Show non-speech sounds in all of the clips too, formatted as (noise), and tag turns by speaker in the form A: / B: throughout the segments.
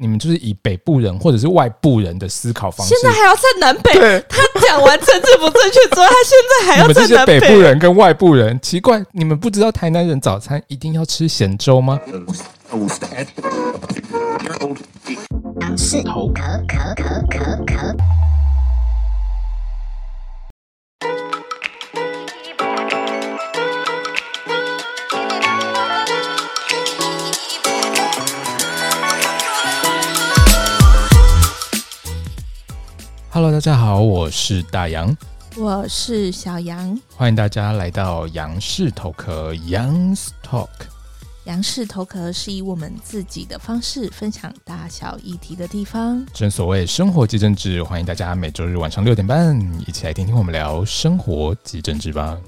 A: 你们就是以北部人或者是外部人的思考方式
B: 现，在还要站南北
A: 对？
B: 他讲完政治不正确之后，他现在还
A: 你
B: 要
A: 们这
B: 站
A: 些
B: 南
A: 北部人跟外部人，奇怪，你们不知道台南人早餐一定要吃咸粥吗？Hello，大家好，我是大杨，
B: 我是小杨，
A: 欢迎大家来到杨氏头壳 Young's Talk。
B: 杨氏头壳是以我们自己的方式分享大小议题的地方。
A: 正所谓生活即政治，欢迎大家每周日晚上六点半一起来听听我们聊生活即政治吧。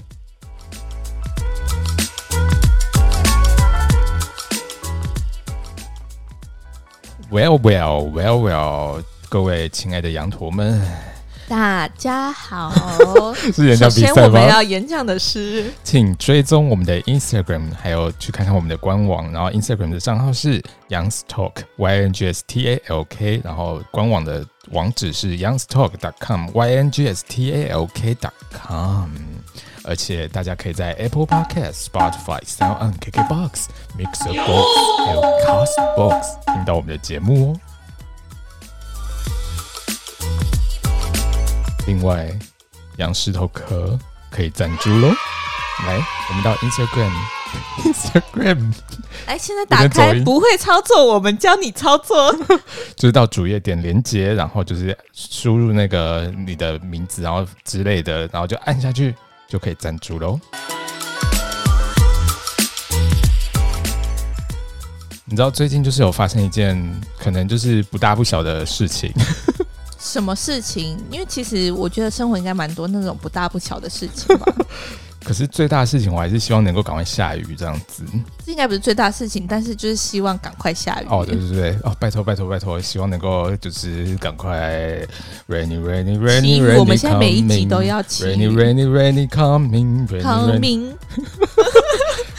A: Well, well, well, well，各位亲爱的羊驼
B: (laughs)
A: 们，
B: 大
A: (laughs)
B: 家好，
A: 是演讲
B: 首
A: 比
B: 先
A: 赛
B: 我们
A: 吗？
B: 要演讲的是
A: 请追踪我们的 Instagram，还有去看看我们的官网。然后 Instagram 的账号是 Youngs Talk Y N G S T A L K，然后官网的网址是 youngstalk.com Y N G S T A L K.com。而且大家可以在 Apple Podcast、Spotify、Sound On、KKBox、Mixer Box 还有 Castbox 听到我们的节目哦。另外，杨石头壳可以赞助喽。来，我们到
B: (laughs)
A: Instagram。Instagram
B: 哎，现在
A: 有
B: 打
A: 点走
B: 开
A: 音
B: 不会操作，我们教你操
A: (laughs)
B: 作。
A: 就是到主页点连接，然后就是输入那个你的名字，然后之类的，然后就按下去就可以赞助喽。你知道最近就是有发生一件可能就是不大不小的事情， (laughs)
B: 什么事情？因为其实我觉得生活应该蛮多那种不大不小的事情吧。
A: (laughs) 可是最大的事情我还是希望能够赶快下雨这样子。
B: 这应该不是最大的事情，但是就是希望赶快下雨。
A: 哦，对对对，哦，拜托拜托拜托，希望能够就是赶快 rainy rainy
B: 祈
A: rainy
B: 雨
A: rainy，
B: 我们现在每一集
A: coming
B: 都要祈雨
A: rainy rainy rainy coming rainy
B: 康
A: rainy，
B: 明，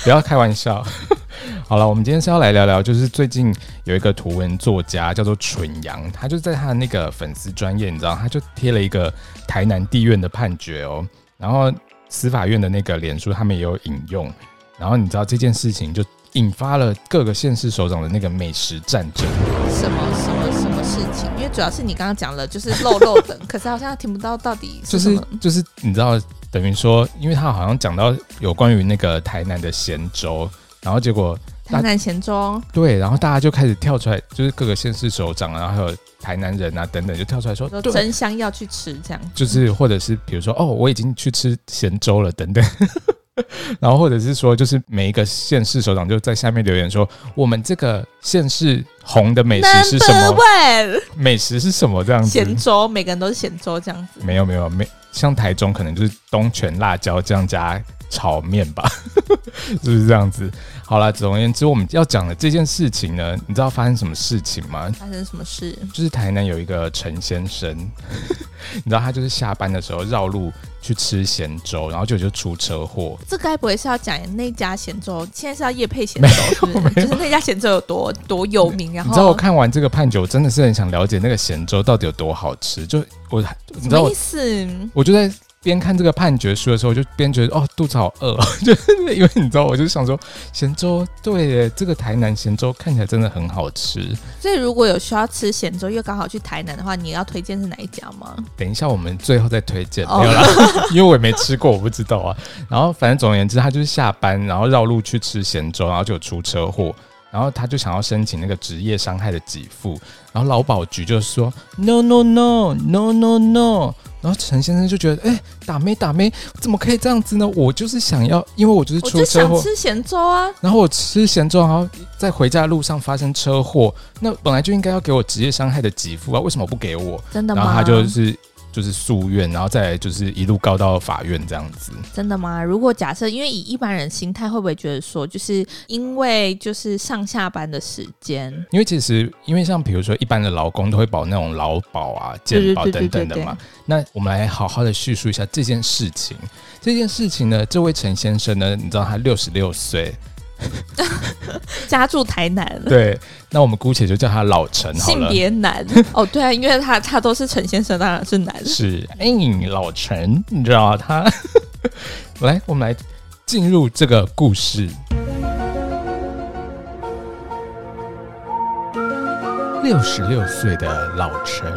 A: 不要开玩笑。 (laughs) 好了，我们今天是要来聊聊，就是最近有一个图文作家叫做蠢羊，他就在他的那个粉丝专业，你知道，他就贴了一个台南地院的判决哦，然后司法院的那个脸书他们也有引用，然后你知道这件事情就引发了各个县市首长的那个美食战争。
B: 什么什么什么事情？因为主要是你刚刚讲了，就是漏漏等，可是好像听不到到底
A: 就是
B: 什
A: 是啊
B: 么。
A: 就是你知道，等于说，因为他好像讲到有关于那个台南的咸粥，然后结果
B: 台南咸粥，
A: 对，然后大家就开始跳出来，就是各个县市首长啊，然后还有台南人啊等等，就跳出来说，
B: 说
A: 对，
B: 真香要去吃这样。
A: 就是或者是比如说哦，我已经去吃咸粥了等等。 (laughs) 然后，或者是说，就是每一个县市首长就在下面留言说，我们这个县市红的美食是什
B: Number (laughs)
A: 么？嗯
B: one，
A: 美食是什么？这样子，
B: 咸粥，每个人都是咸粥这样子。
A: 没有没有没，像台中可能就是东泉辣椒这样加炒面吧， (laughs) 是不是这样子？好了，总而言之，我们要讲的这件事情呢，你知道发生什么事情吗？
B: 发生什么事？
A: 就是台南有一个陈先生， (laughs) 你知道他就是下班的时候绕路去吃咸粥，然后就就出车祸。
B: 这该不会是要讲那家咸粥？现在是要夜配咸粥，是不是？就是那家咸粥有多多有名？然
A: 你知道我
B: 后
A: 看完这个判决，我真的是很想了解那个咸粥到底有多好吃。就我，你
B: 什
A: 知道
B: 么
A: 我
B: 意思？
A: 我就在边看这个判决书的时候，我就边觉得哦，肚子好饿 (laughs) 哦，就是因为你知道，我就想说咸粥，对耶，这个台南咸粥看起来真的很好吃。
B: 所以如果有需要吃咸粥又刚好去台南的话，你要推荐是哪一家吗？
A: 等一下我们最后再推荐，
B: 哦
A: 没有啦， (laughs) 因为我也没吃过，我不知道啊。然后反正总而言之，他就是下班然后绕路去吃咸粥，然后就出车祸。然后他就想要申请那个职业伤害的给付，然后劳保局就说 no no no no no no，然后陈先生就觉得，哎，打妹打妹，怎么可以这样子呢？我就是想要，因为我就是
B: 我
A: 出
B: 就
A: 车
B: 想
A: 祸，
B: 吃咸粥啊！
A: 然后我吃咸粥，然后在回家的路上发生车祸，那本来就应该要给我职业伤害的给付啊，为什么不给我？
B: 真的
A: 然
B: 吗？
A: 后他就是就是诉愿，然后再来就是一路告到法院这样子。
B: 真的吗？如果假设，因为以一般人心态，会不会觉得说，就是因为就是上下班的时间，
A: 因为其实因为像比如说一般的劳工都会保那种劳保啊、健保
B: 对对
A: 等
B: 对
A: 等的嘛。那我们来好好的叙述一下这件事情。这件事情呢，这位陈先生呢，你知道他六十六岁，
B: 家住台南，
A: 对，那我们姑且就叫他老陈好
B: 性
A: 了。
B: 别
A: (laughs)
B: 男。哦，对啊，因为他他都是陈先生，当然是男。
A: 是，哎、老陈，你知道他？ (laughs) 来，我们来进入这个故事。六十六岁的老陈，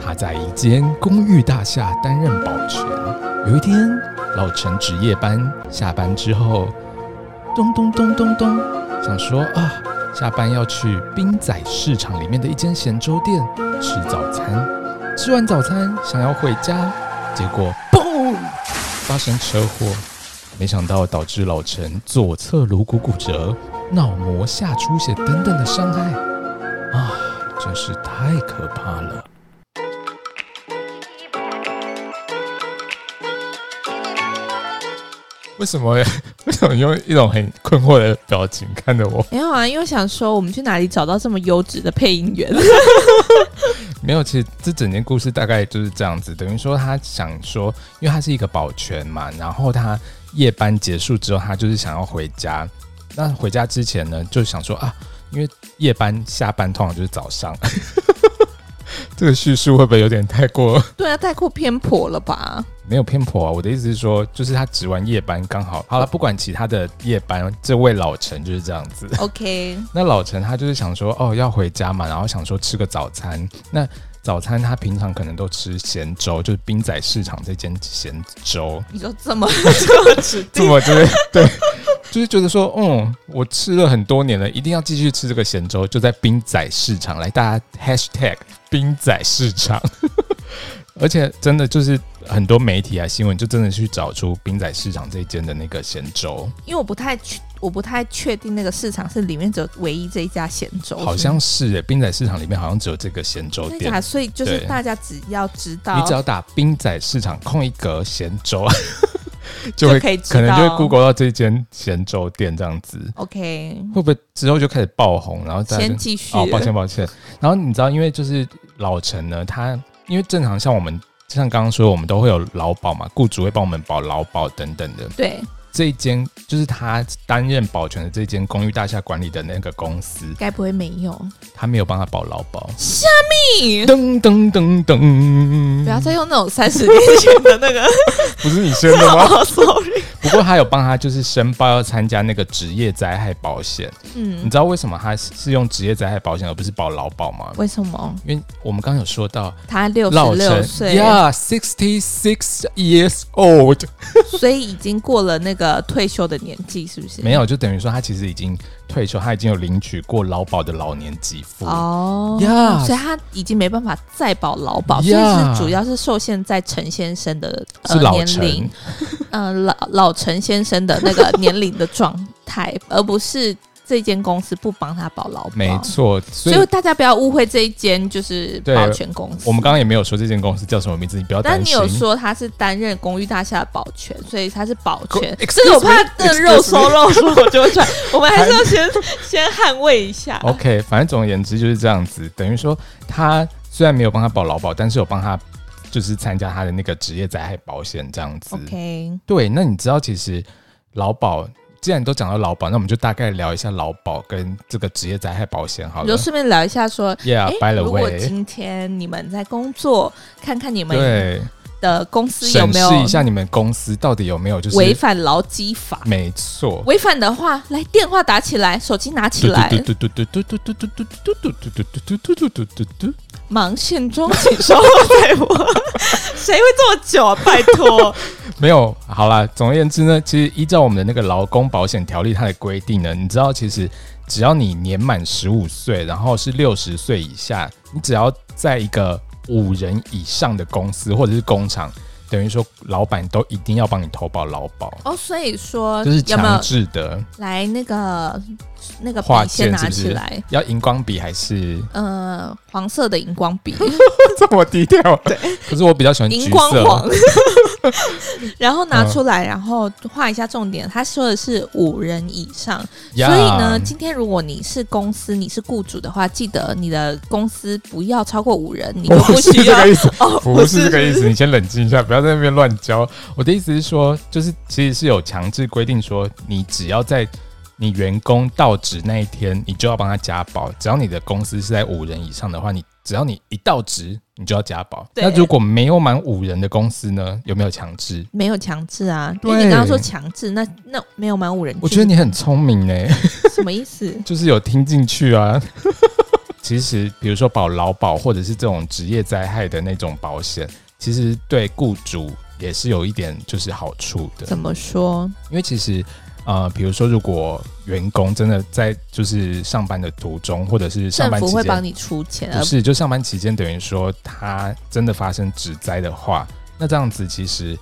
A: 他在一间公寓大厦担任保全。有一天，老陈值夜班，下班之后，咚咚咚咚咚，想说啊，下班要去滨仔市场里面的一间咸粥店吃早餐。吃完早餐想要回家，结果嘣发生车祸，没想到导致老陈左侧颅骨骨折、脑膜下出血等等的伤害，啊，真是太可怕了。为什么？ (laughs) 为什么用一种很困惑的表情看着我？
B: 没有啊，因为我想说我们去哪里找到这么优质的配音
A: (laughs)
B: 员？
A: 没有，其实这整件故事大概就是这样子，等于说他想说，因为他是一个保全嘛，然后他夜班结束之后，他就是想要回家。那回家之前呢，就想说啊，因为夜班下班通常就是早上， (laughs) 这个叙述会不会有点太过
B: 对啊，太过偏颇了吧？
A: 没有偏颇啊？我的意思是说，就是他值完夜班刚好好了，不管其他的夜班，这位老陈就是这样子。
B: OK，
A: 那老陈他就是想说，哦，要回家嘛，然后想说吃个早餐。那早餐他平常可能都吃咸粥，就是滨仔市场这间咸粥，
B: 你说这么就指
A: 这
B: 定
A: 么就是对，就是觉得说，嗯，我吃了很多年了，一定要继续吃这个咸粥，就在滨仔市场来，大家 hashtag 滨仔市场。 (laughs) 而且真的就是很多媒体啊新闻，就真的去找出滨仔市场这间的那个咸粥，
B: 因为我不太确，我不太确定那个市场是里面只有唯一这一家咸粥，
A: 好像是诶、滨仔市场里面好像只有这个咸粥
B: 真的
A: 店
B: 假的。所以就是
A: 对
B: 大家只要知道，
A: 你只要打“冰仔市场空一格咸粥”， (laughs) 就
B: 就
A: 会
B: 可以知
A: 可
B: 道
A: 能就会 Google 到这间咸粥店这样子，
B: OK，
A: 会不会之后就开始爆红？然后再
B: 先继续。
A: 哦，抱歉抱歉。然后你知道，因为就是老陈呢，他因为正常像我们像刚刚说，我们都会有劳保嘛，雇主会帮我们保劳保等等的。
B: 对，
A: 这一间就是他担任保全的这间公寓大厦管理的那个公司，
B: 该不会没有？
A: 他没有帮他保劳
B: (laughs)
A: 保。
B: 你
A: 噔噔噔噔， (laughs)
B: 不要再用那种三十年前的那个
A: 不是你生的
B: (laughs)
A: (laughs) 吗？
B: 哦，sorry。
A: 不过他有帮他就是申报要参加那个职业灾害保险，你
B: 嗯，
A: 知道为什么他是是用职业灾害保险而不是保劳保吗？
B: 为什么
A: 因为我们刚刚有说到
B: 他六
A: 老
B: 十六
A: 陈
B: 岁，
A: ，Yeah, sixty six years old，
B: 所以已经过了那个退休的年纪，是不是？
A: 没有，就等于说他其实已经退休，他已经有领取过劳保的老年给付。
B: 哦
A: Yeah
B: 所以他已经没办法再保劳保
A: Yeah
B: 所以是主要是受限在陈先生的、呃、
A: 是老
B: 年龄
A: 陈，，
B: 呃老老陈先生的那个年龄的状
A: (laughs)
B: 态，而不是这间公司不帮他保劳保。
A: 没错。所
B: 所
A: 以
B: 以大家不要误会这一间就是
A: 对
B: 保全公司。
A: 我们刚刚也没有说这间公司叫什么名字，你不要担
B: 但
A: 心。
B: 你有说 (laughs) 他是担任公寓大厦的保全，所以他是保全。
A: Go-
B: 这个我怕
A: excuse me，
B: 那肉
A: excuse
B: 搜
A: me
B: 肉搜我就会出来，我们还是要先先捍卫
A: (laughs)
B: 一下。
A: OK，反正总而言之就是这样子，等于说他虽然没有帮他保劳保，但是有帮他就是参加他的那个职业灾害保险这样子。
B: OK，
A: 对，那你知道其实劳保，既然都讲到劳保，那我们就大概聊一下劳保跟这个职业灾害保险好啊
B: 你
A: 了
B: 就。顺便聊一下说，哎、
A: Yeah，by the
B: 如果
A: way，
B: 今天你们在工作，看看你们
A: 对，
B: 的公司有
A: 审
B: 没
A: 视
B: 有
A: 一下你们公司到底有没有就是
B: 违反劳基法。
A: 没错。
B: 违反的话，来电话打起来，手机拿起
A: 嘟
B: 来，
A: 嘟嘟嘟嘟嘟嘟嘟嘟嘟嘟嘟嘟嘟嘟嘟嘟嘟。
B: 忙线中请稍后再我。 (laughs) 谁会这么久啊？拜
A: (laughs)
B: 托，
A: 没有，好啦。总而言之呢，其实依照我们的那个劳工保险条例它的规定呢，你知道，其实只要你年满十五岁，然后是六十岁以下，你只要在一个五人以上的公司或者是工厂，等于说老板都一定要帮你投保劳保，
B: 哦，所以说
A: 这是
B: 有没
A: 强
B: 有
A: 制的。
B: 来那个那个笔
A: 划
B: 先
A: 线是
B: 拿
A: 不
B: 起
A: 是
B: 来，？
A: 要荧光笔还是
B: 呃，黄色的荧光笔，
A: (laughs) 这么低调？啊对，可是我比较喜欢
B: 荧
A: 橘
B: 光黄
A: (laughs) 色。，
B: 然后拿出来，然后画一下重点。他说的是五人以上，
A: 呀
B: 所以呢，今天如果你是公司，你是雇主的话，记得你的公司不要超过五人，你就
A: (laughs) 不是
B: 需
A: 这
B: 要
A: 个意思，
B: 哦，
A: 不是这个意思，你先冷静一下，不要在那边乱教。我的意思是说，就是其实是有强制规定说，你只要在你员工到职那一天，你就要帮他加保。只要你的公司是在五人以上的话，你只要你一到职，你就要加保。
B: 对
A: 那如果没有满五人的公司呢，有没有强制？
B: 没有强制啊，因为你
A: 对
B: 刚刚说强制，那那没有满五人制，
A: 我觉得你很聪明哎、
B: 什么意思？
A: 就是有听进去啊。其实，比如说保劳保或者是这种职业灾害的那种保险，其实对雇主也是有一点就是好处的。
B: 怎么说？
A: 因为其实，呃，比如说，如果员工真的在就是上班的途中，或者是上
B: 政
A: 班
B: 府
A: 期
B: 会帮
A: 间，
B: 你呃出钱，
A: 不
B: 而
A: 是就上班期间，等于说他真的发生职灾的话，那这样子其实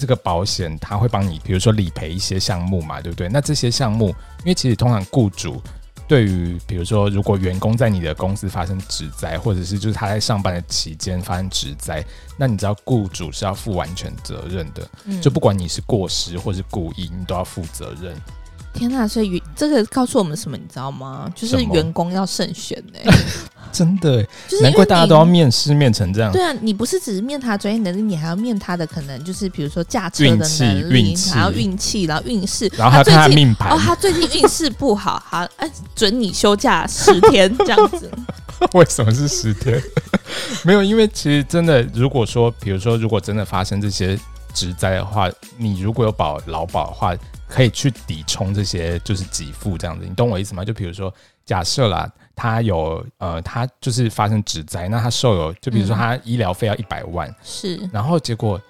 A: 这个保险他会帮你，比如说理赔一些项目嘛，对不对？那这些项目，因为其实通常雇主。对于比如说，如果员工在你的公司发生职灾，或者是就是他在上班的期间发生职灾，那你知道雇主是要负完全责任的。
B: 嗯
A: 就不管你是过失或是故意，你都要负责任。
B: 天呐、所以员这个告诉我们什么，你知道吗？就是
A: 什么
B: 员工要慎选呢、
A: (laughs) 真的耶，
B: 就是因为
A: 难怪大家都要
B: 你
A: 面试面成这样。
B: 对啊，你不是只是面他的专业能力，你还要面他的可能就是比如说驾车
A: 运
B: 的
A: 气
B: 能
A: 运
B: 力，
A: 气
B: 还要运气，然后运势，
A: 然后还要
B: 最
A: 看他
B: 近
A: 命盘， (laughs)
B: 哦，他最近运势不好，好， (laughs) 哎，准你休假十天这样
A: (laughs)
B: 子。
A: 为什么是十 (laughs) 天？没有，因为其实真的，如果说，比如说，如果真的发生这些职灾的话，你如果有保劳保的话，可以去抵充这些就是给付这样子，你懂我意思吗？就比如说，假设啦，他有呃，他就是发生职灾，那他受有，就比如说
B: 嗯
A: 他医疗费要一百万，
B: 是，
A: 然后结果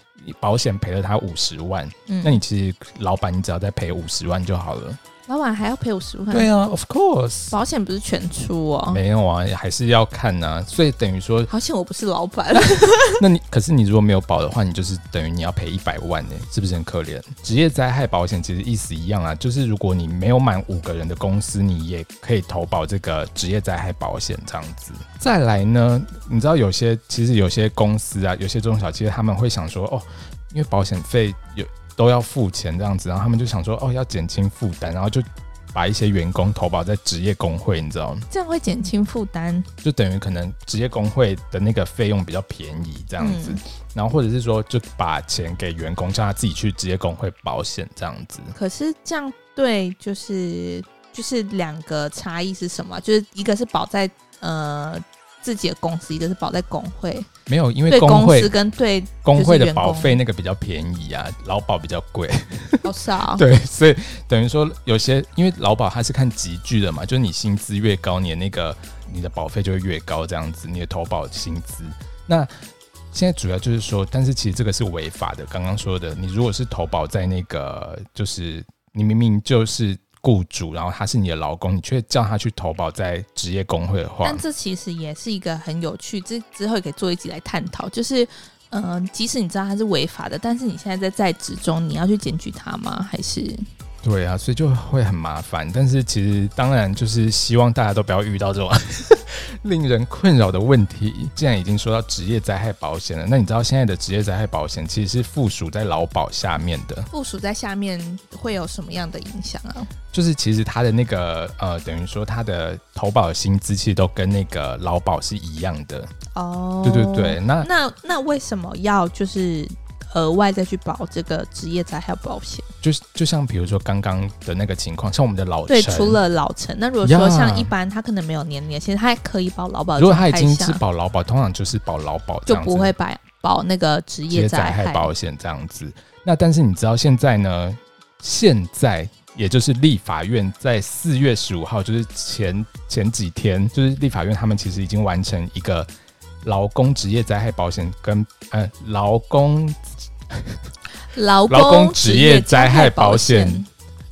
A: 保险赔了他五十万，
B: 嗯
A: 那你其实老板你只要再赔五十万就好了。
B: 老板还要赔我十万，
A: 对啊，of course，、
B: 保险不是全出哦。
A: 没有啊，还是要看呐、所以等于说，
B: 好险我不是老板，
A: (laughs) 那你可是你如果没有保的话，你就是等于你要赔一百万呢、是不是很可怜？职业灾害保险其实意思一样啊，就是如果你没有满五个人的公司，你也可以投保这个职业灾害保险这样子。再来呢，你知道有些其实有些公司啊，有些中小企业他们会想说，哦，因为保险费有都要付钱这样子，然后他们就想说，哦，要减轻负担，然后就把一些员工投保在职业工会，你知道吗？
B: 这样会减轻负担。
A: 就等于可能职业工会的那个费用比较便宜这样子，
B: 嗯
A: 然后或者是说就把钱给员工，叫他自己去职业工会保险这样子。
B: 可是这样对，就是就是两个差异是什么？就是一个是保在呃自己的公司，一个是保在工会。
A: 没有，因为
B: 对
A: 工
B: 公
A: 会
B: 司跟对
A: 工会
B: 就是
A: 的
B: 员
A: 保
B: 工
A: 费那个比较便宜啊，劳保比较贵。，
B: 好
A: (laughs)
B: 少
A: 对，所以等于说有些因为劳保它是看集聚的嘛，就是你薪资越高，你的那个你的保费就会越高，这样子你的投保薪资。那现在主要就是说，但是其实这个是违法的。刚刚说的，你如果是投保在那个，就是你明明就是雇主，然后他是你的劳工，你却叫他去投保在职业工会的话
B: 但，这其实也是一个很有趣，这之后也可以做一集来探讨。就是，嗯、即使你知道它是违法的，但是你现在在在职中，你要去检举它吗？还是
A: 对啊，所以就会很麻烦。但是其实当然就是希望大家都不要遇到这种 (laughs) 令人困扰的问题。既然已经说到职业灾害保险了，那你知道现在的职业灾害保险其实是附属在劳保下面的，
B: 部署在下面会有什么样的影响啊？
A: 就是其实它的那个呃，等于说它的投保薪资其实都跟那个劳保是一样的。
B: 哦，
A: 对对对，。那
B: 那那为什么要就是额外再去保这个职业灾害保险？
A: 就是就像比如说刚刚的那个情况，像我们的老
B: 对，
A: 陈
B: 除了老陈，那如果
A: 呀
B: 说像一般他可能没有年龄，其实他还可以保劳保的
A: 如
B: 状
A: 果他
B: 态
A: 已
B: 下，
A: 经是保劳保，通常就是保劳保这
B: 就
A: 样子，
B: 不会保保那个职
A: 职
B: 业
A: 业
B: 灾
A: 灾
B: 害
A: 害保险这样子。那但是你知道现在呢？现在也就是立法院在四月十五号，就是前前几天，就是立法院他们其实已经完成一个劳工职业灾害保险跟呃劳工劳
B: 劳
A: 工
B: 工
A: 职业灾害保险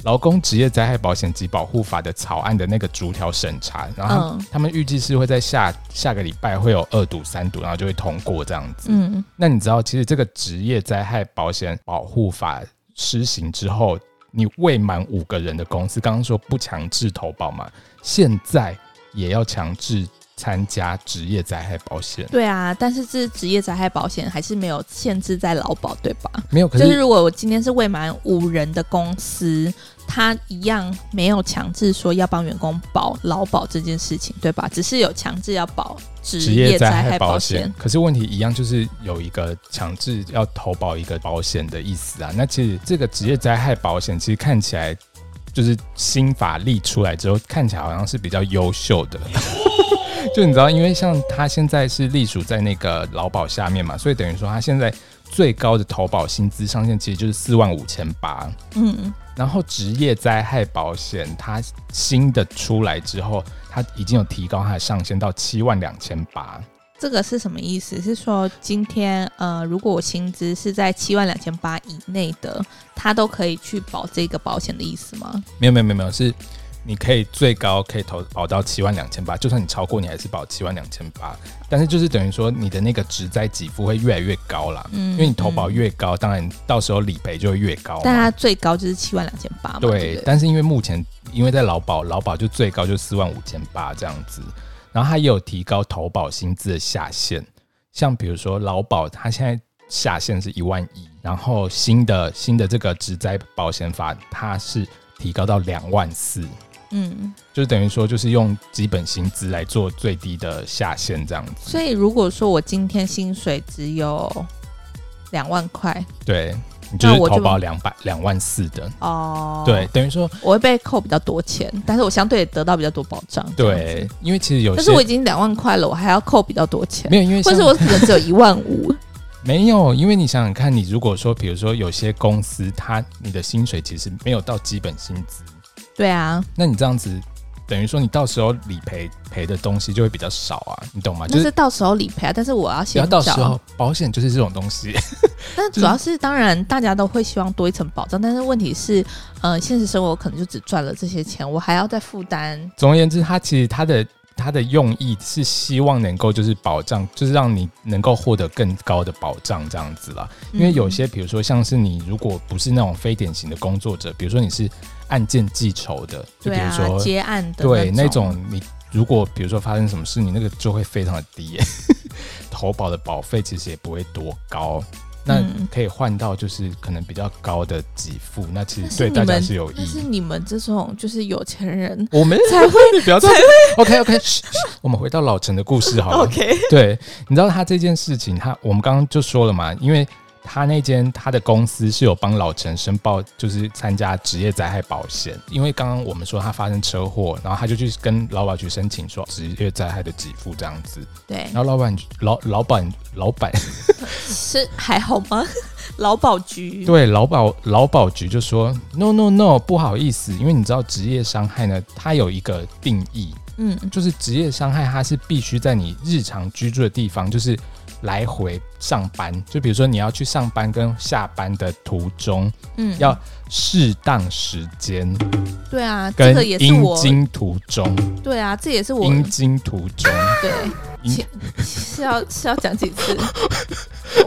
A: 劳工职业灾害保险及保护法的草案的那个逐条审查，然后他们,、
B: 嗯
A: 他们预计是会在下下个礼拜会有二读三读，然后就会通过这样子。
B: 嗯，
A: 那你知道，其实这个职业灾害保险保护法施行之后，你未满五个人的公司，刚刚说不强制投保嘛，现在也要强制参加职业灾害保险。
B: 对啊，但是这职业灾害保险还是没有限制在劳保，对吧？
A: 没有，可
B: 就是
A: 是
B: 如果我今天是未满五人的公司，他一样没有强制说要帮员工保劳保这件事情，对吧？只是有强制要保职
A: 职业灾
B: 灾
A: 害保
B: 保
A: 险，，可是问题一样，就是有一个强制要投保一个保险的意思啊。那其实这个职业灾害保险其实看起来就是新法律出来之后，看起来好像是比较优秀的。 (laughs) 就你知道，因为像他现在是隶属在那个劳保下面嘛，所以等于说他现在最高的投保薪资上限其实就是四万五千八。
B: 嗯，
A: 然后职业灾害保险，它新的出来之后，它已经有提高它的上限到七万两千八。
B: 这个是什么意思？是说今天呃，如果我薪资是在七万两千八以内的，他都可以去保这个保险的意思吗？
A: 没有没有没有没有，是你可以最高可以投保到七万两千八，就算你超过，你还是保七万两千八。但是就是等于说你的那个职灾给付会越来越高啦，
B: 嗯
A: 因为你投保越高，当然到时候理赔就会越高嘛。
B: 但它最高就是七万两千八嘛。对
A: 对
B: 不对，
A: 但是因为目前因为在劳保，劳保就最高就四万五千八这样子，然后它也有提高投保薪资的下限，像比如说劳保，它现在下限是一万一，然后新的新的这个职灾保险法，它是提高到两万四，
B: 嗯，
A: 就是等于说就是用基本薪资来做最低的下限这样子，
B: 所以如果说我今天薪水只有两万块
A: 对。你就是
B: 那我就
A: 投保两百两万四的，
B: 哦，
A: 对，，等于说
B: 我会被扣比较多钱，但是我相对得到比较多保障。这样
A: 对
B: 子，，
A: 因为其实有
B: 但
A: 些
B: 是我已经两万块了，我还要扣比较多钱，
A: 没有，因为
B: 或
A: 像
B: 是我可能只有一万
A: (laughs)
B: 五。
A: 没有，因为你想想看，你如果说，比如说有些公司，它你的薪水其实没有到基本薪资，
B: 对啊，
A: 那你这样子，等于说你到时候理赔赔的东西就会比较少啊，你懂吗？就
B: 那
A: 是
B: 是到时候理赔啊，但是我要
A: 不要
B: 先
A: 到时
B: 找
A: 候。保险就是这种东西，
B: 但主要是，当然大家都会希望多一层保障，但是问题是，呃，现实生活我可能就只赚了这些钱，我还要再负担
A: 总而言之，它其实它的它的用意是希望能够就是保障，就是让你能够获得更高的保障这样子啦。
B: 嗯
A: 因为有些比如说像是你如果不是那种非典型的工作者，比如说你是案件记酬的，就
B: 对
A: 比如说、
B: 啊、接案的
A: 对，那
B: 种
A: 种你如果比如说发生什么事，你那个就会非常的低耶，投保的保费其实也不会多高。那
B: 嗯
A: 可以换到就是可能比较高的给付，那其实
B: 是
A: 对
B: 你
A: 大家
B: 们
A: 是有
B: 但是
A: 益。
B: 你们这种就是有钱人
A: 我们
B: 才会
A: (laughs) 不要再 OK OK，我们回到老陈的故事好了。
B: OK，
A: (laughs) 对，你知道他这件事情，他我们刚刚就说了嘛，因为他那间他的公司是有帮老陈申报，就是参加职业灾害保险。因为刚刚我们说他发生车祸，然后他就去跟劳保局申请说职业灾害的给付这样子，
B: 对，
A: 然后老板老老板老板
B: 是还好吗？ (laughs) 劳保局
A: 对劳保劳保局就说 no no no，不好意思，因为你知道职业伤害呢，它有一个定义，
B: 嗯，
A: 就是职业伤害，它是必须在你日常居住的地方，就是来回上班。就比如说你要去上班跟下班的途中，
B: 嗯，
A: 要适当时间
B: 对啊，这
A: 跟
B: 个也是
A: 阴
B: 我
A: 经途中，
B: 对啊，这也是我
A: 阴经途中，
B: (laughs) 对，
A: 阴
B: 请是要是要讲几次？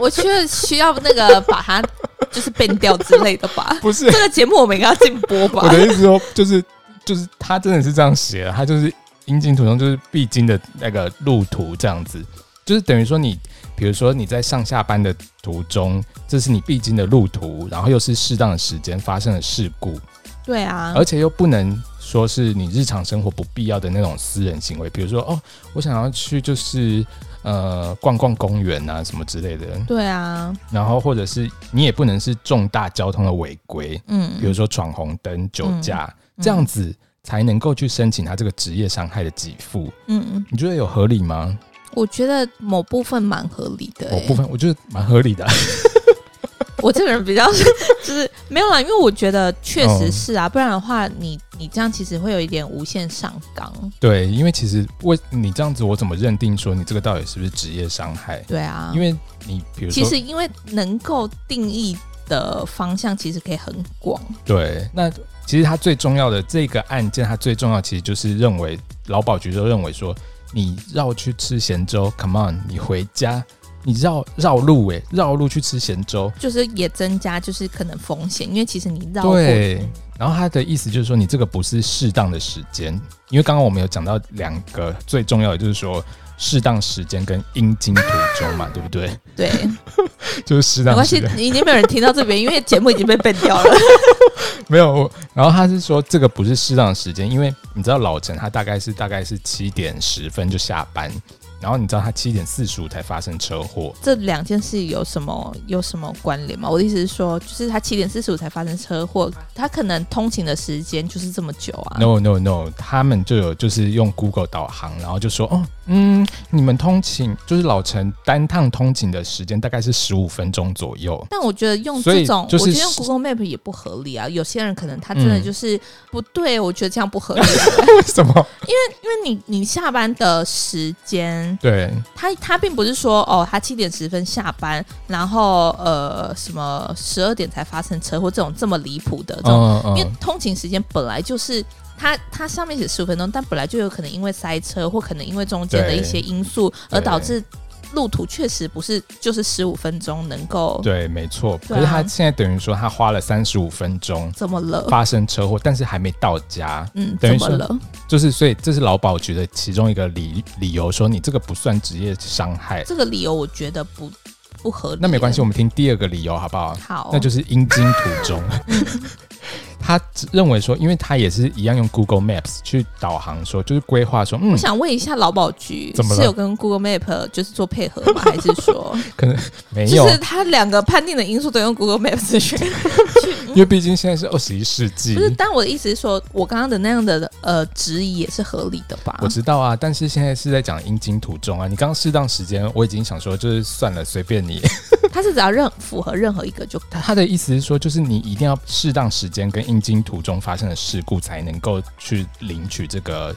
B: 我觉得需要那个把它就是变掉之类的吧。
A: 不是
B: 这个节目我们应该要禁播
A: 我
B: 吧？
A: 的意思说，就是就是他真的是这样写的，他就是阴经途中就是必经的那个路途这样子，就是等于说你，比如说你在上下班的途中，这是你必经的路途，然后又是适当的时间发生了事故，
B: 对啊，
A: 而且又不能说是你日常生活不必要的那种私人行为，比如说哦，我想要去就是呃逛逛公园啊什么之类的，
B: 对啊，
A: 然后或者是你也不能是重大交通的违规，
B: 嗯，
A: 比如说闯红灯、酒驾、
B: 嗯
A: 这样子。才能够去申请他这个职业伤害的给付，
B: 嗯，
A: 你觉得有合理吗？
B: 我觉得某部分蛮合理的、
A: 某
B: 欸
A: 部分我觉得蛮合理的啊、 (laughs)
B: 我这个人比较 (laughs) 就是没有啦，因为我觉得确
A: 哦
B: 实是啊，不然的话你，你这样其实会有一点无限上纲。
A: 对，因为其实为你这样子，我怎么认定说你这个到底是不是职业伤害？
B: 对啊，
A: 因为你比如说，
B: 其实因为能够定义的方向其实可以很广。
A: 对，那其实它最重要的这个案件，它最重要其实就是认为劳保局就认为说，你绕去吃咸粥，Come on，你回家，你绕绕路诶、绕路去吃咸粥。
B: 就是也增加就是可能风险，因为其实你绕过
A: 对，然后他的意思就是说，你这个不是适当的时间，因为刚刚我们有讲到两个最重要的，就是说适当时间跟阴茎途中嘛，对不对？ (laughs)
B: 对，
A: 就是适
B: 没
A: 当
B: 关
A: 时
B: 系
A: 间，
B: 已经没有人听到这边，因为节目已经被笨掉了。 (laughs)
A: 没有，我然后他是说这个不是适当的时间，因为你知道老陈他大概是大概是七点十分就下班，然然后你知道他七点四十五才发生车祸，
B: 这两件事有什么有什么关联吗？我的意思是说，就是他七点四十五才发生车祸，他可能通勤的时间就是这么久啊。
A: No no no，他们就有就是用 Google 导航，然后就说哦，嗯，你们通勤就是老陈单趟通勤的时间大概是十五分钟左右。
B: 但我觉得用
A: 所以
B: 这种，
A: 就是
B: 我觉得用 Google Map 也不合理啊。有些人可能他真的就是、不对，我觉得这样
A: (laughs)
B: 不合理、啊，
A: 为什么？
B: 因为你你下班的时间，
A: 对，
B: 他他并不是说哦，他七点十分下班，然后呃什么十二点才发生车祸这种这么离谱的这种
A: 嗯
B: 因为
A: 嗯，
B: 通勤时间本来就是它它上面写十五分钟，但本来就有可能因为塞车或可能因为中间的
A: 对
B: 一些因素而
A: 对
B: 导致路途确实不是就是十五分钟能够
A: 对，没错。
B: 对啊
A: 可是他现在等于说他花了三十五分钟
B: 怎么了？
A: 发生车祸，但是还没到家，
B: 嗯，
A: 等
B: 怎
A: 于
B: 么
A: 说
B: 了？
A: 就是所以这是劳保局的其中一个理理由，说你这个不算职业伤害。
B: 这个理由我觉得不不合理。
A: 那没关系，我们听第二个理由好不好？
B: 好，
A: 那就是阴茎途
B: (laughs)
A: 中。他只认为说，因为他也是一样用 Google Maps 去导航说，就是规划说，嗯
B: 我，想问一下劳保局
A: 怎么了
B: 是有跟 Google Map 就是做配合吗？还是说
A: 没有，
B: 就是它两个判定的因素都用 Google Map 去
A: 因为毕竟现在是二十一世纪
B: 不。是，但我的意思是说，我刚刚的那样的呃质疑也是合理的吧？
A: 我知道啊，但是现在是在讲阴茎途中啊。你刚刚适当时间，我已经想说，就是算了，随便你。
B: 他是只要任符合任何一个就可以。
A: 他的意思是说，就是你一定要适当时间跟阴茎途中发生的事故，才能够去领取这个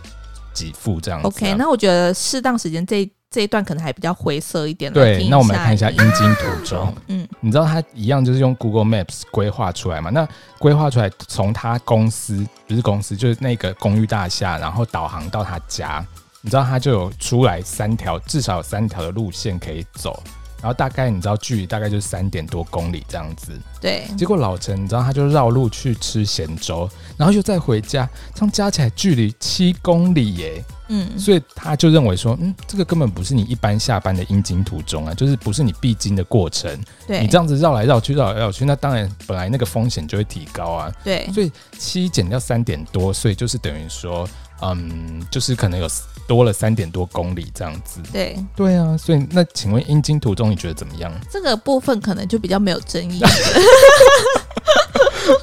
A: 给付 (laughs) 这样子啊、
B: OK，那我觉得适当时间这一这一段可能还比较灰色一点。来
A: 对，
B: 听
A: 那我们来看一下
B: 你
A: 阴茎途中。
B: 嗯，
A: 你知道他一样就是用 Google Maps 规划出来嘛？那规划出来从他公司不是公司，就是那个公寓大厦，然后导航到他家。你知道他就有出来三条，至少有三条的路线可以走。然后大概你知道距离大概就是三点多公里这样子。
B: 对，
A: 结果老陈你知道他就绕路去吃咸粥，然后又再回家，这样加起来距离七公里耶、
B: 嗯，
A: 所以他就认为说，嗯，这个根本不是你一般下班的阴茎途中啊，就是不是你必经的过程。
B: 对，
A: 你这样子绕来绕去，绕来绕去，那当然本来那个风险就会提高啊。
B: 对
A: 所以七减掉三点多，所以就是等于说，嗯，就是可能有多了三点多公里这样子。
B: 对
A: 对啊，所以那请问阴茎途中你觉得怎么样？
B: 这个部分可能就比较没有争议，
A: (laughs)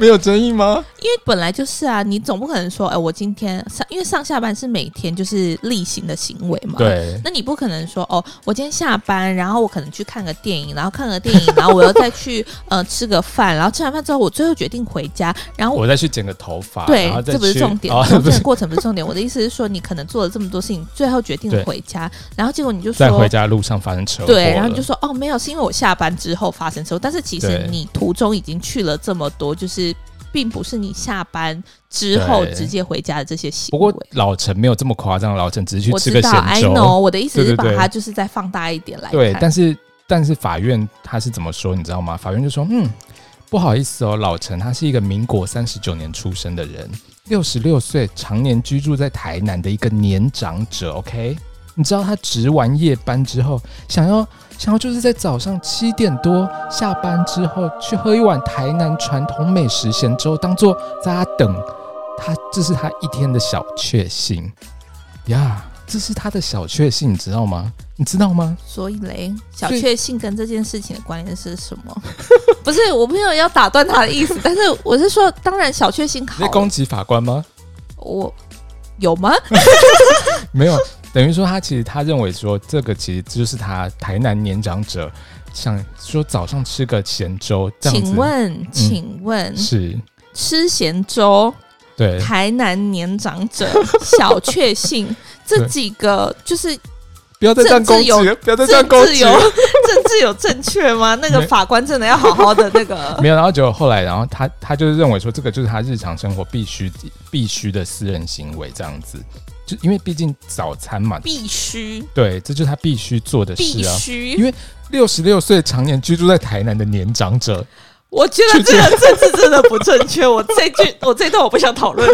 A: 没有争议吗？
B: 因为本来就是啊，你总不可能说，哎、我今天上，因为上下班是每天就是例行的行为嘛。。
A: 对，
B: 那你不可能说哦，我今天下班，然后我可能去看个电影，然后看个电影，然后我又再去
A: (laughs)
B: 呃吃个饭，然后吃完饭之后，我最后决定回家，然后我
A: 我再去剪个头发，
B: 哦对
A: 然后，再
B: 这不是
A: 去
B: 重点，
A: 哦
B: 这
A: 不
B: 个
A: (laughs) 是
B: 过程不是重点。我的意思是说，你可能做了这么多事情，最后决定
A: 对
B: 回家，然后结果你就
A: 在回
B: 说。
A: 家路上发生车祸了，
B: 对，然后你就说哦，没有，是因为我下班之后发生车祸。但是其实
A: 对
B: 你途中已经去了这么多，就是并不是你下班之后
A: 对
B: 直接回家的这些行
A: 不
B: 为。
A: 过老陈没有这么夸张，老陈只是去
B: 我
A: 吃
B: 知
A: 个
B: 道，I
A: 咸粥。
B: know，我的意思
A: 对
B: 是
A: 对
B: 把
A: 对
B: 它就是再放大一点来看。
A: 对，但是但是法院他是怎么说，你知道吗？法院就说，嗯，不好意思哦，老陈他是一个民国三十九年出生的人，六十六岁，常年居住在台南的一个年长者。OK，你知道他值完夜班之后，想要想要就是在早上七点多下班之后去喝一碗台南传统美食咸粥，当做在他等他，这是他一天的小确幸呀。这是他的小确幸，你知道吗？你知道吗？
B: 所以嘞，小
A: 所以
B: 确幸跟这件事情的关联是什么？ (laughs) 不是，我没有要打断他的意思，但是我是说，当然小确幸
A: 你在
B: 好，
A: 攻击法官吗？
B: 我有吗？
A: 没有，啊 (laughs) 等于说他其实他认为说这个其实就是他台南年长者想说早上吃个咸粥这样子。嗯
B: 请问，请问，
A: 是
B: 吃咸粥，
A: 对
B: 台南年长
A: (laughs)
B: 者小确幸这几个就是
A: 不要再这样攻击
B: 政治
A: 了，不要再这样
B: 政
A: 攻
B: 治
A: 击
B: 有 (laughs)
A: 了。
B: 政治有正确吗？那个
A: 没
B: 法官真的要好好的那个。
A: 没有，然后结果后来，然后他他就是认为说，这个就是他日常生活必须必须的私人行为，这样子，就因为毕竟早餐嘛，
B: 必须
A: 对，这就是他必须做的
B: 必
A: 事啊。因
B: 须
A: 为，六十六岁常年居住在台南的年长者，
B: 我觉得这个政治真的不正确。我这句，我这段我不想讨论。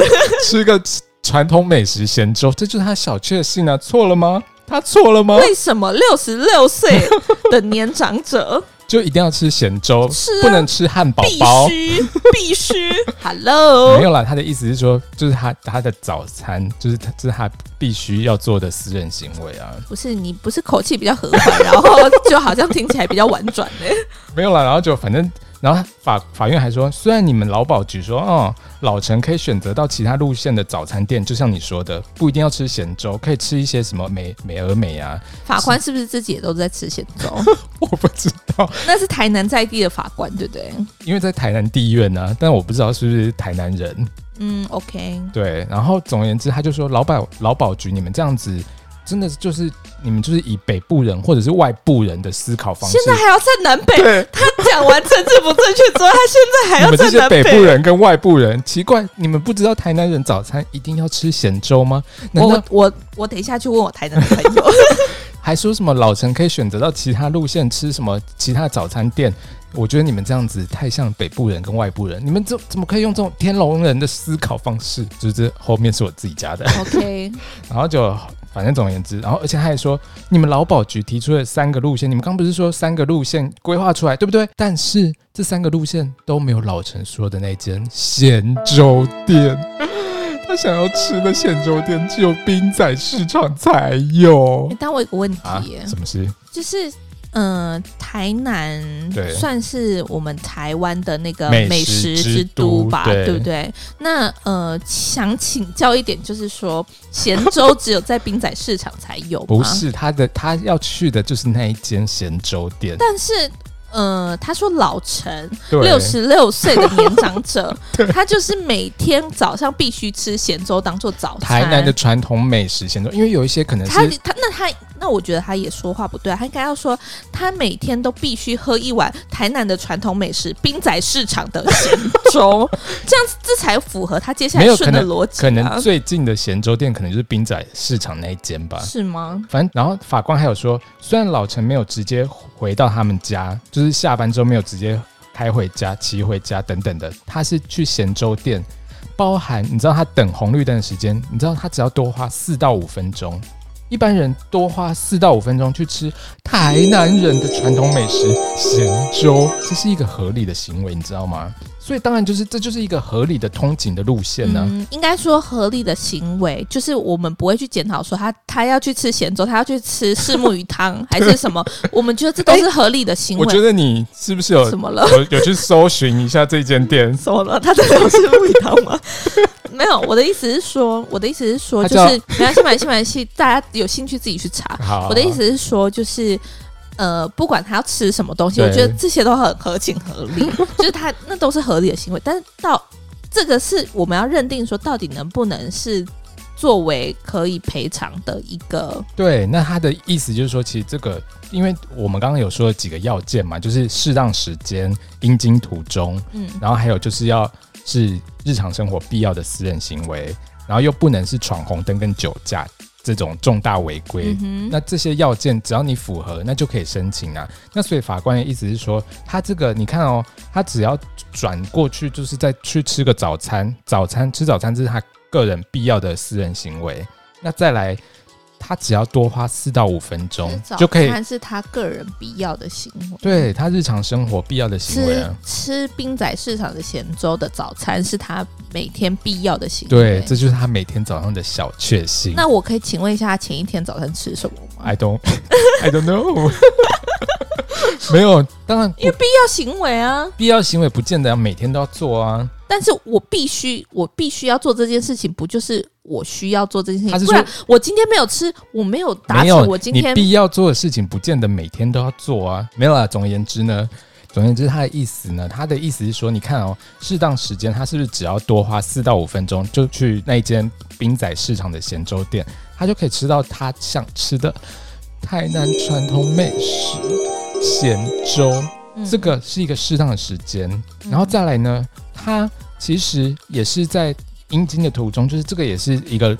A: 吃个传统美食咸粥，这就是他小确幸啊，错了吗？他错了吗？
B: (laughs) 为什么六十六岁的年长
A: (laughs)
B: 者
A: 就一定要吃咸粥，
B: 是啊
A: 不能吃汉堡
B: 必
A: 包？ (laughs)
B: 须哦必须
A: 没
B: ？Hello，
A: 有啦，他的意思是说，就是他他的早餐，就是他这、就是他必须要做的私人行为啊。
B: 不是你不是口气比较和缓，然后就好像听起来比较婉转呢、
A: (laughs) 没有啦，然后就反正，然后法法院还说，虽然你们劳保局说，哦，老陈可以选择到其他路线的早餐店，就像你说的，不一定要吃咸粥，可以吃一些什么美美而美啊， (laughs)
B: 法官是不是自己也都在吃咸粥？
A: 我不知道，
B: 那是台南在地的法官，对不对？
A: 因为在台南地院呢、啊，但我不知道是不是台南人。
B: 嗯，OK，
A: 对，然后总而言之，他就说劳保劳保局，你们这样子真的就是你们就是以北部人或者是外部人的思考方式
B: 现，在还要在南北。
A: 对，
B: 他讲完政治不正确之后，他现在还
A: 你
B: 要
A: 们这
B: 在
A: 些
B: 南
A: 北部人跟外部人，奇怪，你们不知道台南人早餐一定要吃咸粥吗？难道
B: 我我我等一下去问我台南的朋友。
A: (laughs) 还说什么老陈可以选择到其他路线吃什么其他早餐店？我觉得你们这样子太像北部人跟外部人，你们怎怎么可以用这种天龙人的思考方式？就是这后面是我自己加的，
B: OK，
A: 然后就反正总而言之，然后而且他还说，你们劳保局提出了三个路线，你们刚不是说三个路线规划出来，对不对？但是这三个路线都没有老陈说的那间咸粥店， (laughs) 他想要吃的咸粥店只有滨仔市场才有
B: 欸但我有个问题
A: 啊
B: 耶、？
A: 什么事？
B: 就是，嗯、台南
A: 对
B: 算是我们台湾的那个
A: 美
B: 美
A: 食
B: 食
A: 之
B: 之
A: 都
B: 吧，
A: 对
B: 不对？那呃，想请教一点，就是说，咸粥只有在滨仔市场才有吗？
A: 不，是他的，他要去的就是那一间咸粥店。
B: 但是。呃，他说老陈
A: 对，
B: 六十六岁的年长
A: (laughs)
B: 者，他就是每天早上必须吃咸粥当做早餐。
A: 台南的传统美食咸粥，因为有一些可能
B: 他啊
A: 是
B: 他那他那我觉得他也说话不对啊，他应该要说他每天都必须喝一碗台南的传统美食滨仔市场的咸粥， (laughs) 这样子这才符合他接下
A: 没有
B: 来
A: 可
B: 顺的
A: 能
B: 逻辑、啊
A: 可能最近的咸粥店可能就是滨仔市场那一间吧。
B: 是吗？
A: 反正，然后法官还有说，虽然老陈没有直接回到他们家，就是下班之后没有直接开回家、骑回家等等的，他是去咸粥店，包含你知道他等红绿灯的时间，你知道他只要多花四到五分钟，一般人多花四到五分钟去吃台南人的传统美食咸粥，这是一个合理的行为，你知道吗？所以当然就是这就是一个合理的通勤的路线啊呢、
B: 嗯，应该说合理的行为，就是我们不会去检讨说他他要去吃咸粥，他要去吃虱目鱼汤还是什么，我们觉得这都是合理的行
A: 哎我
B: 为。
A: 觉得你是不是有
B: 什么了？
A: 有有去搜寻一下这间店？
B: 怎么了？他真的有吃不一样吗？ (laughs) 没有，我的意思是说，我的意思是说，
A: 他
B: 就
A: 叫
B: 是没关系，没关系，没关系，大家有兴趣自己去查。
A: 好，
B: 我的意思是说，就是呃，不管他要吃什么东西，
A: 对
B: 我觉得这些都很合情合理， (laughs) 就是他那都是合理的行为。但是到这个是我们要认定说，到底能不能是作为可以赔偿的一个
A: 对，那他的意思就是说，其实这个，因为我们刚刚有说了几个要件嘛，就是适当时间、应经途中，
B: 嗯
A: 然后还有就是要是日常生活必要的私人行为，然后又不能是闯红灯跟酒驾这种重大违规。
B: 嗯哼
A: 那这些要件只要你符合，那就可以申请啊。那所以法官的意思是说，他这个你看哦，他只要转过去，就是再去吃个早餐，早餐吃早餐这是他个人必要的私人行为。那再来，他只要多花四到五分钟
B: 吃早
A: 就可以，
B: 餐是他个人必要的行为。
A: 对他日常生活必要的行为
B: 吃
A: 啊。
B: 吃冰仔市场的咸粥的早餐是他每天必要的行为。欸
A: 对，这就是他每天早上的小确幸。
B: 那我可以请问一下，他前一天早餐吃什么吗？
A: I don't, (laughs) I don't know 。没有，当然
B: 因为必要行为啊，
A: 必要行为不见得要每天都要做啊。
B: 但是我必须，我必须要做这件事情，不就是我需要做这件
A: 他是
B: 事情？
A: 说
B: 不然我今天没有吃，我没有达
A: 没
B: 成
A: 有，
B: 我今天
A: 你必要做的事情，不见得每天都要做啊。没有啦，总而言之呢，总而言之，他的意思呢，他的意思是说，你看哦，适当时间，他是不是只要多花四到五分钟，就去那一间冰仔市场的咸粥店，他就可以吃到他想吃的台南传统美食咸粥。
B: 嗯
A: 这个是一个适当的时间，然后再来呢，它其实也是在阴茎的途中，就是这个也是一个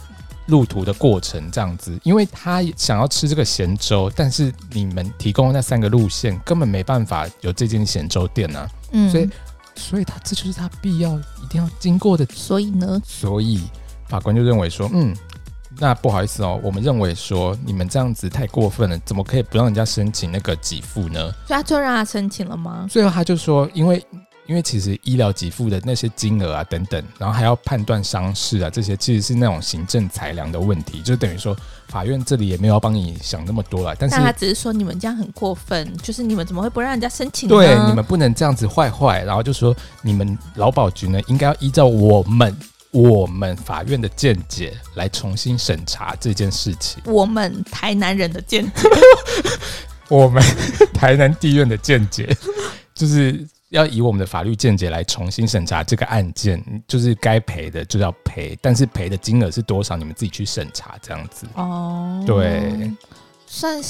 A: 路途的过程，这样子，因为他想要吃这个咸粥，但是你们提供的那三个路线根本没办法有这间咸粥店啊，
B: 嗯
A: 所以所以他这就是他必要一定要经过的，
B: 所以呢，
A: 所以法官就认为说，嗯，那不好意思哦，我们认为说你们这样子太过分了，怎么可以不让人家申请那个给付呢？
B: 所以他就让他申请了吗？
A: 最后他就说，因为因为其实医疗给付的那些金额啊等等，然后还要判断伤势啊，这些其实是那种行政裁量的问题，就等于说法院这里也没有要帮你想那么多了，但是
B: 但他只是说你们这样很过分，就是你们怎么会不让人家申请呢？
A: 对你们不能这样子坏坏，然后就说你们劳保局呢应该要依照我们我们法院的见解来重新审查这件事情，
B: 我们台南人的见解，
A: 我们 (laughs) 台南地院的见解 (laughs) 就是。要以我们的法律见解来重新审查这个案件，就是该赔的就要赔，但是赔的金额是多少，你们自己去审查这样子，
B: 哦，
A: 对，
B: 算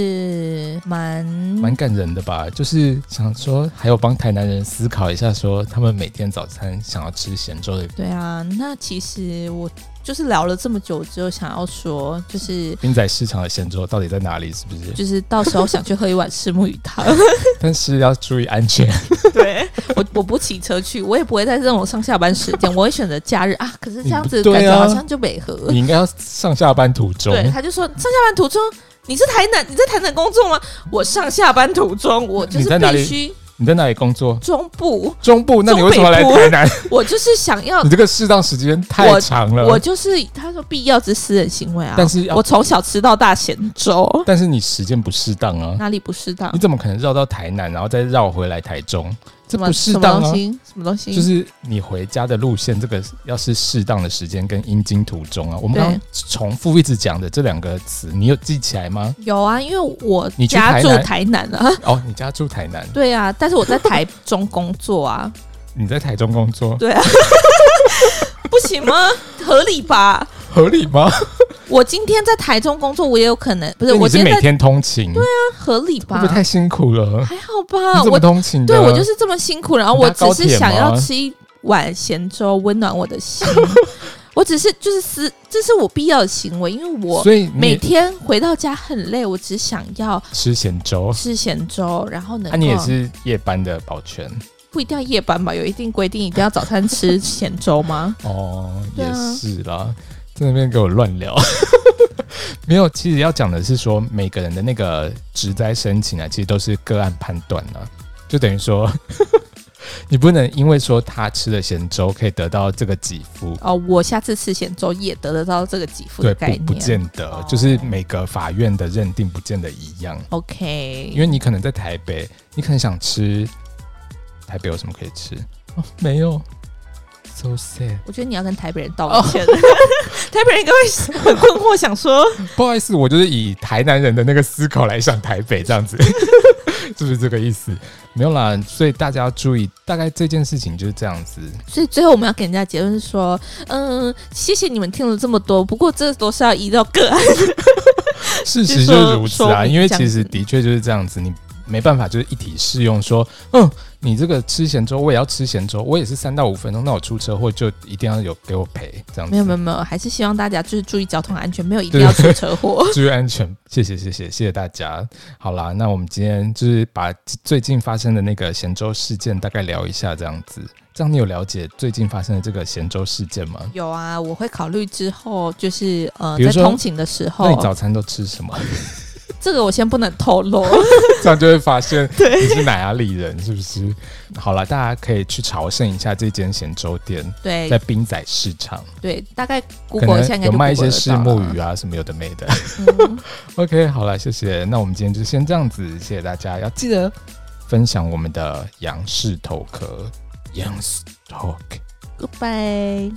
B: 是蛮
A: 蛮感人的吧？就是想说，还有帮台南人思考一下，说他们每天早餐想要吃咸粥的
B: 对啊。那其实我就是聊了这么久，只有想要说，就是
A: 冰仔市场的咸粥到底在哪里？是不是？
B: 就是到时候想去喝一碗石木鱼汤。
A: 但是要注意安
B: (laughs)
A: 全。
B: 对我，我不骑车去，我也不会在这种上下班时间，我会选择假日啊。可是这样子
A: 你不
B: 感
A: 对
B: 觉
A: 啊
B: 好像就没合。
A: 你应该要上下班途中，
B: 对，他就说上下班途中，你是台南，你在台南工作吗？我上下班途中，我就
A: 你
B: 是
A: 在哪里
B: 必须
A: 你在哪里工作？
B: 中部，
A: 中部，那你为什么来
B: 中北部
A: 台南？ (laughs)
B: 我就是想要
A: 你，这个适当时间太长了。
B: 我就是他说必要之私人行为啊。
A: 嗯但是要
B: 我从小吃到大咸粥，
A: 但是你时间不适当啊！
B: 哪里不适当
A: 你？怎么可能绕到台南，然后再绕回来台中？这
B: 什
A: 不
B: 么
A: 适
B: 什么
A: 当
B: 东
A: 啊！
B: 西？什么东西？
A: 就是你回家的路线，这个要是适当的时间跟阴经途中啊，我们
B: 对
A: 刚刚重复一直讲的这两个词，你有记起来
B: (laughs)
A: 吗？
B: 有啊，因为我
A: 你去
B: 家
A: 台
B: 住
A: 南
B: 台南啊，
A: 哦，你家住台南，
B: 对啊，但是我在台中工作啊， (laughs)
A: 你在台中工作，
B: 不行吗？合理吧？
A: 合理吗？
B: 我今天在台中工作，我也有可能不是
A: 因为
B: 我
A: 你是
B: 今
A: 每
B: 天在
A: 天通勤，对啊，
B: 合理
A: 会
B: 吧
A: 不会？太辛苦了？
B: 还好
A: 你
B: 吧，
A: 怎么
B: 啊我
A: 通勤的？
B: 对我就是这么辛苦，然后
A: 你
B: 我
A: 搭
B: 只
A: 高
B: 是
A: 铁
B: 想要
A: 吗
B: 吃一碗咸粥，温暖我的心。 (laughs) 我只是就是思，这是我必要的行为，因为我
A: 所以你
B: 每天回到家很累，我只想要
A: 吃咸粥，
B: 吃咸粥，然后能
A: 那、
B: 够、
A: 啊你也是夜班的保全
B: 不一定要夜班吧？有一定规定一定要早餐吃咸
A: (laughs)
B: 粥吗？
A: 哦，
B: 对啊
A: 也是啦，在那边给我乱聊。 (laughs) 没有，其实要讲的是说，每个人的那个职灾申请啊，其实都是个案判断啊，就等于说， (laughs) 你不能因为说他吃了咸粥可以得到这个给付，
B: 哦，我下次吃咸粥也得得到这个给付的
A: 对，
B: 概念。
A: 不不见得，
B: 哦
A: 就是每个法院的认定不见得一样，
B: OK，
A: 因为你可能在台北，你可能想吃台北有什么可以吃？哦，没有，so sad。
B: 我觉得你要跟台北人道个
A: 哦
B: 歉， (laughs) 台北人应该会很困惑，
A: (laughs)
B: 想说
A: 不好意思，我就是以台南人的那个思考来想台北这样子， (laughs) 是不是这个意思？没有啦，所以大家要注意，大概这件事情就是这样子。
B: 所以最后我们要给人家结论是说，嗯，谢谢你们听了这么多，不过这都是要依照
A: (laughs)
B: 个案。
A: 事实就是如此啊，
B: 就是说
A: 因为其实的确就是这样子，你没办法就是一体适用说，嗯，你这个吃咸粥，我也要吃咸粥，我也是三到五分钟，那我出车祸就一定要有给我赔这样子。
B: 没有没有没有，还是希望大家就是注意交通安全，没有一定要出车祸。
A: (laughs) 注意安全，谢谢谢谢谢谢大家。好啦，那我们今天就是把最近发生的那个咸州事件大概聊一下，这样子。这样你有了解最近发生的这个咸州事件吗？
B: 有啊，我会考虑之后，就是呃，
A: 比如
B: 在
A: 说
B: 通勤的时
A: 那
B: 候
A: 你，早餐都吃什么？ (laughs)
B: 这个我先不能透露。
A: 这样就会发现你是哪里人，是不是？好了，大家可以去朝圣一下这间咸粥店， (laughs) 在
B: 对
A: 滨仔市场，
B: 对，大概
A: 可
B: 哎 Google 一下
A: 能
B: 应该就
A: 有卖一些
B: Google 得
A: 石
B: 到
A: 木
B: 了
A: 鱼啊什么有的没的。
B: 嗯
A: OK，好了，谢谢。那我们今天就先这样子，谢谢大家，要记得分享我们的杨氏头壳 Young Talk。
B: Goodbye。